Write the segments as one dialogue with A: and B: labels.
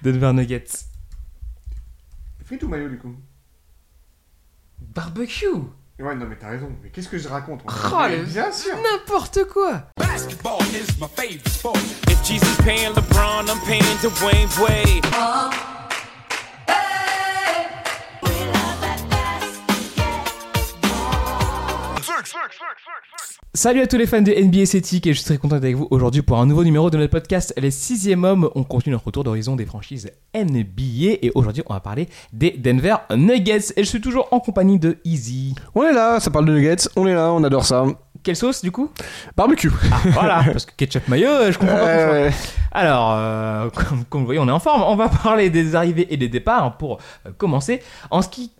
A: Denver Nuggets.
B: Frites ou maillot du coup
A: Barbecue
B: Ouais, non, mais t'as raison. Mais qu'est-ce que je raconte moi
A: Oh,
B: Mais
A: le-
B: Bien sûr
A: N'importe quoi
C: Basketball is my favorite sport. If Jesus paying LeBron, I'm paying Dwayne Wade.
A: Salut à tous les fans de NBA Cétique et je suis très content d'être avec vous aujourd'hui pour un nouveau numéro de notre podcast Les Sixième Hommes. On continue notre retour d'horizon des franchises NBA et aujourd'hui on va parler des Denver Nuggets. Et je suis toujours en compagnie de Easy.
D: On est là, ça parle de nuggets, on est là, on adore ça.
A: Quelle sauce du coup
D: Barbecue.
A: Ah voilà, parce que ketchup mayo, euh, je comprends pas. ton choix.
D: Euh,
A: Alors, euh, comme, comme vous voyez, on est en forme. On va parler des arrivées et des départs pour euh, commencer. En ce qui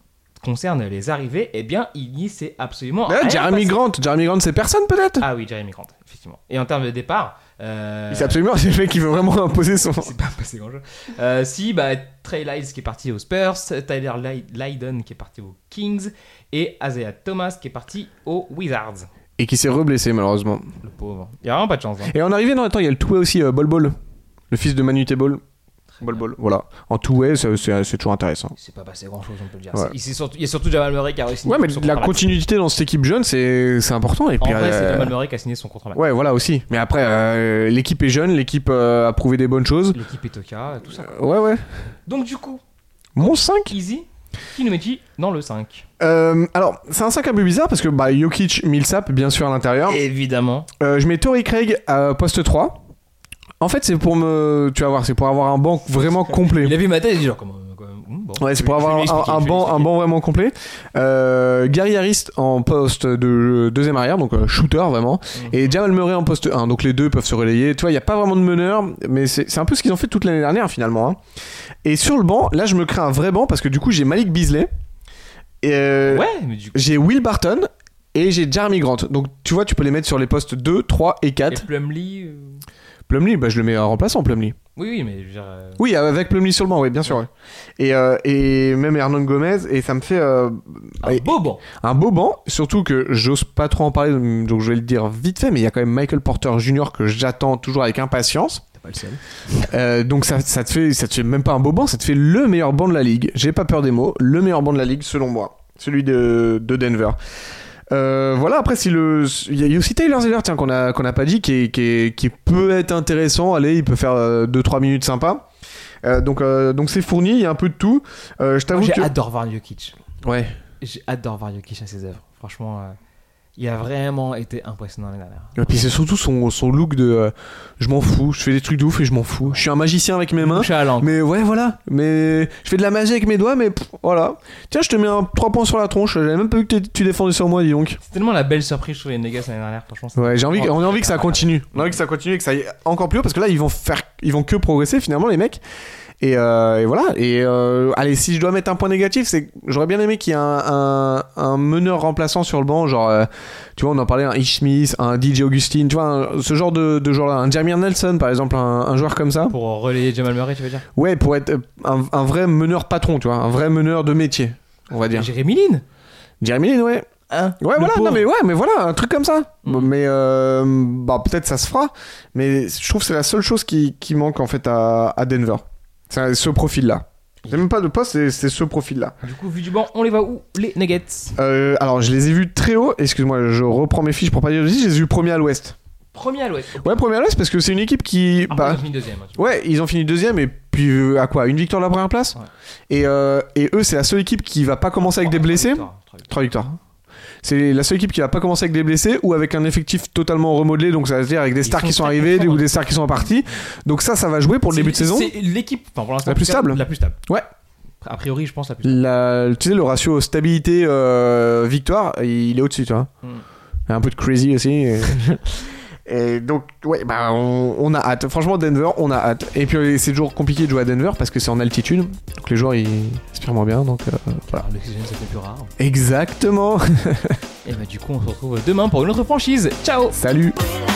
A: concerne les arrivées, eh bien, il y s'est absolument.
D: ouais,
A: rien
D: Ah, Jeremy
A: passé.
D: Grant, Jeremy Grant, c'est personne peut-être
A: Ah oui, Jeremy Grant, effectivement. Et en termes de départ. euh,
D: C'est absolument, c'est le mec qui veut vraiment imposer son.
A: c'est pas passé grand chose. Euh, si, bah, Trey Lyles qui est parti aux Spurs, Tyler Ly- Lydon qui est parti aux Kings et Isaiah Thomas qui est parti aux Wizards.
D: Et qui s'est reblessé malheureusement.
A: Le pauvre. Il y a vraiment pas de chance. hein.
D: Et en arrivée, non, attends, il y a le toué aussi, euh, Bol Bol. Le fils de Manute Bol. Bol Bol, voilà. En toué, ça, c'est euh, c'est toujours intéressant.
A: C'est pas passé grand chose, on peut le dire.
D: Ouais.
A: Il, s'est surtout- il y a surtout Jamal Murray qui a réussi.
D: Ouais, mais la continuité dans cette équipe jeune, c'est c'est important. Et
A: En
D: puis,
A: vrai, c'est
D: euh,
A: Jamal Murray qui a signé son contrat. max.
D: Ouais, voilà aussi. Mais après, euh, l'équipe est jeune, l'équipe euh, a prouvé des bonnes choses.
A: L'équipe est Toka, tout ça.
D: Euh, Ouais, ouais.
A: Donc du coup,
D: Mon 5
A: Easy, qui nous met qui dans le 5
D: Euh, alors, c'est un 5 un peu bizarre parce que bah, Jokic, Millsap, bien sûr, à l'intérieur.
A: Évidemment.
D: Euh, je mets Tory Craig à poste 3. En fait, c'est pour me. Tu vas voir, c'est pour avoir un banc vraiment complet.
A: Il a vu ma tête, il dit genre comment quand même, hmm, bon,
D: Ouais, c'est
A: je-
D: pour
A: je vais
D: avoir
A: lui
D: un,
A: expliquer,
D: un
A: je vais
D: banc,
A: lui
D: un
A: expliquer.
D: banc vraiment complet. Euh, Gary Harris en poste de deuxième arrière, donc euh, shooter vraiment.
A: Mhm.
D: Et Jamal Murray en poste 1. Donc les deux peuvent se relayer. Tu vois, il n'y a pas vraiment de meneur, mais c'est c'est un peu ce qu'ils ont fait toute l'année dernière finalement. hein. Et sur le banc, là, je me crée un vrai banc parce que du coup, j'ai Malik Beasley. Et, euh,
A: Ouais, mais du coup,
D: J'ai Will Barton et j'ai Jeremy Grant. Donc tu vois, tu peux les mettre sur les postes 2, 3 et 4.
A: et Plumlee, euh,
D: Plumlee, bah, je le mets en remplaçant Plumlee.
A: Oui, oui, mais je veux dire, euh,
D: Oui, avec Plumlee sur le banc, oui, bien sûr. ouais. Et, euh, et même Hernan Gomez, et ça me fait euh,
A: un
D: et-
A: beau banc.
D: un beau banc, surtout que j'ose pas trop en parler, donc je vais le dire vite fait, mais il y a quand même Michael Porter Jr. que j'attends toujours avec impatience.
A: T'as pas le seul.
D: Euh, donc ça, ça, te fait, ça te fait même pas un beau banc, ça te fait le meilleur banc de la ligue. J'ai pas peur des mots, le meilleur banc de la ligue selon moi, celui de, de Denver. Euh, voilà, après, si le- il y a- il y a aussi Tyler Zeller, tiens, qu'on a, qu'on a pas dit, qui, est- qui, est- qui peut être intéressant. Allez, il peut faire 2-3 minutes sympas. Euh, donc, euh, donc c'est fourni, il y a un peu de tout. Euh, je
A: Moi,
D: t'avoue que.
A: J'adore voir Jokic.
D: Ouais.
A: J'adore voir Jokic à ses œuvres. Franchement, euh, il a vraiment été impressionnant l'année dernière.
D: Et puis c'est surtout son, son look de euh, je m'en fous, je fais des trucs de ouf et je m'en fous. Je suis un magicien avec mes mains.
A: Bouche à la langue.
D: Mais ouais, voilà. Mais je fais de la magie avec mes doigts, mais pff, voilà. Tiens, je te mets un 3 points sur la tronche. J'avais même pas vu que t'es- tu défendais sur moi, dis donc. Oh.
A: C'est tellement la belle surprise, je trouve, les Nuggets l'année dernière. Franchement, c'est-
D: Ouais, j'ai envie, on a envie que ça continue. On a envie que ça continue et que ça aille encore plus haut parce que là, ils vont faire, ils vont que progresser finalement, les mecs. Et, euh, et voilà. Et euh, allez, si je dois mettre un point négatif, c'est que j'aurais bien aimé qu'il y ait un, un, un meneur remplaçant sur le banc, genre, euh, tu vois, on en parlait, un Ish Smith, un DJ Augustine, tu vois, un- ce genre de, de joueur-là, un Jamir Nelson par exemple, un, un joueur comme ça.
A: Pour euh, relayer Jamal Murray, tu veux dire
D: Ouais, pour être euh, un, un vrai meneur patron, tu vois, un vrai meneur de métier, on va dire.
A: Jérémy Lin
D: Jeremy Lin, ouais.
A: Hein
D: Ouais,
A: Le
D: voilà,
A: pauvre.
D: non, mais ouais, mais voilà, un truc comme ça.
A: Mm.
D: Mais euh, bah, peut-être ça se fera. Mais je trouve que c'est la seule chose qui, qui manque en fait à, à Denver. C'est ce profil-là. C'est même pas de poste, c'est- c'est ce profil-là.
A: Du coup, vu du banc, on les voit où Les Nuggets.
D: Euh, alors, je les ai vus très haut. Excuse-moi, je reprends mes fiches pour pas dire de bêtises, Je les ai vus premier à l'ouest.
A: Premier à l'ouest.
D: Ouais, premier à l'ouest parce que c'est une équipe qui.
A: Ah,
D: bah,
A: on a fini deuxième. hein, tu vois.
D: Ouais, ils ont fini deuxième et puis euh, à quoi Une victoire de la première place
A: Ouais.
D: et, euh, et eux, c'est la seule équipe qui va pas commencer avec des
A: Trois
D: blessés.
A: victoires, trois victoires.
D: Trois victoires. C'est la seule équipe qui va pas commencer avec des blessés ou avec un effectif totalement remodelé, donc ça veut dire avec des
A: Ils
D: stars
A: sont
D: qui sont
A: très
D: arrivées
A: forts.
D: ou des stars qui sont parties. Donc ça, ça va jouer pour le
A: C'est-
D: début de saison.
A: C'est l'équipe, enfin, pour l'instant,
D: La plus
A: en tout cas,
D: stable.
A: La plus stable.
D: Ouais.
A: A priori, je pense la plus stable.
D: La, tu sais, le ratio stabilité-victoire, il est au-dessus, tu vois.
A: Mm.
D: Il y a Un peu de crazy aussi. Et, et donc, ouais, bah, on, on a hâte. Franchement, Denver, on a hâte. Et puis, euh, c'est toujours compliqué de jouer à Denver parce que c'est en altitude. Donc, les joueurs, ils respirent moins bien. Donc, euh,
A: Alors,
D: voilà.
A: L'oxygène, ça fait plus rare.
D: Exactement.
A: Et bah, du coup, on se retrouve demain pour une autre franchise. Ciao
D: Salut.
E: Will I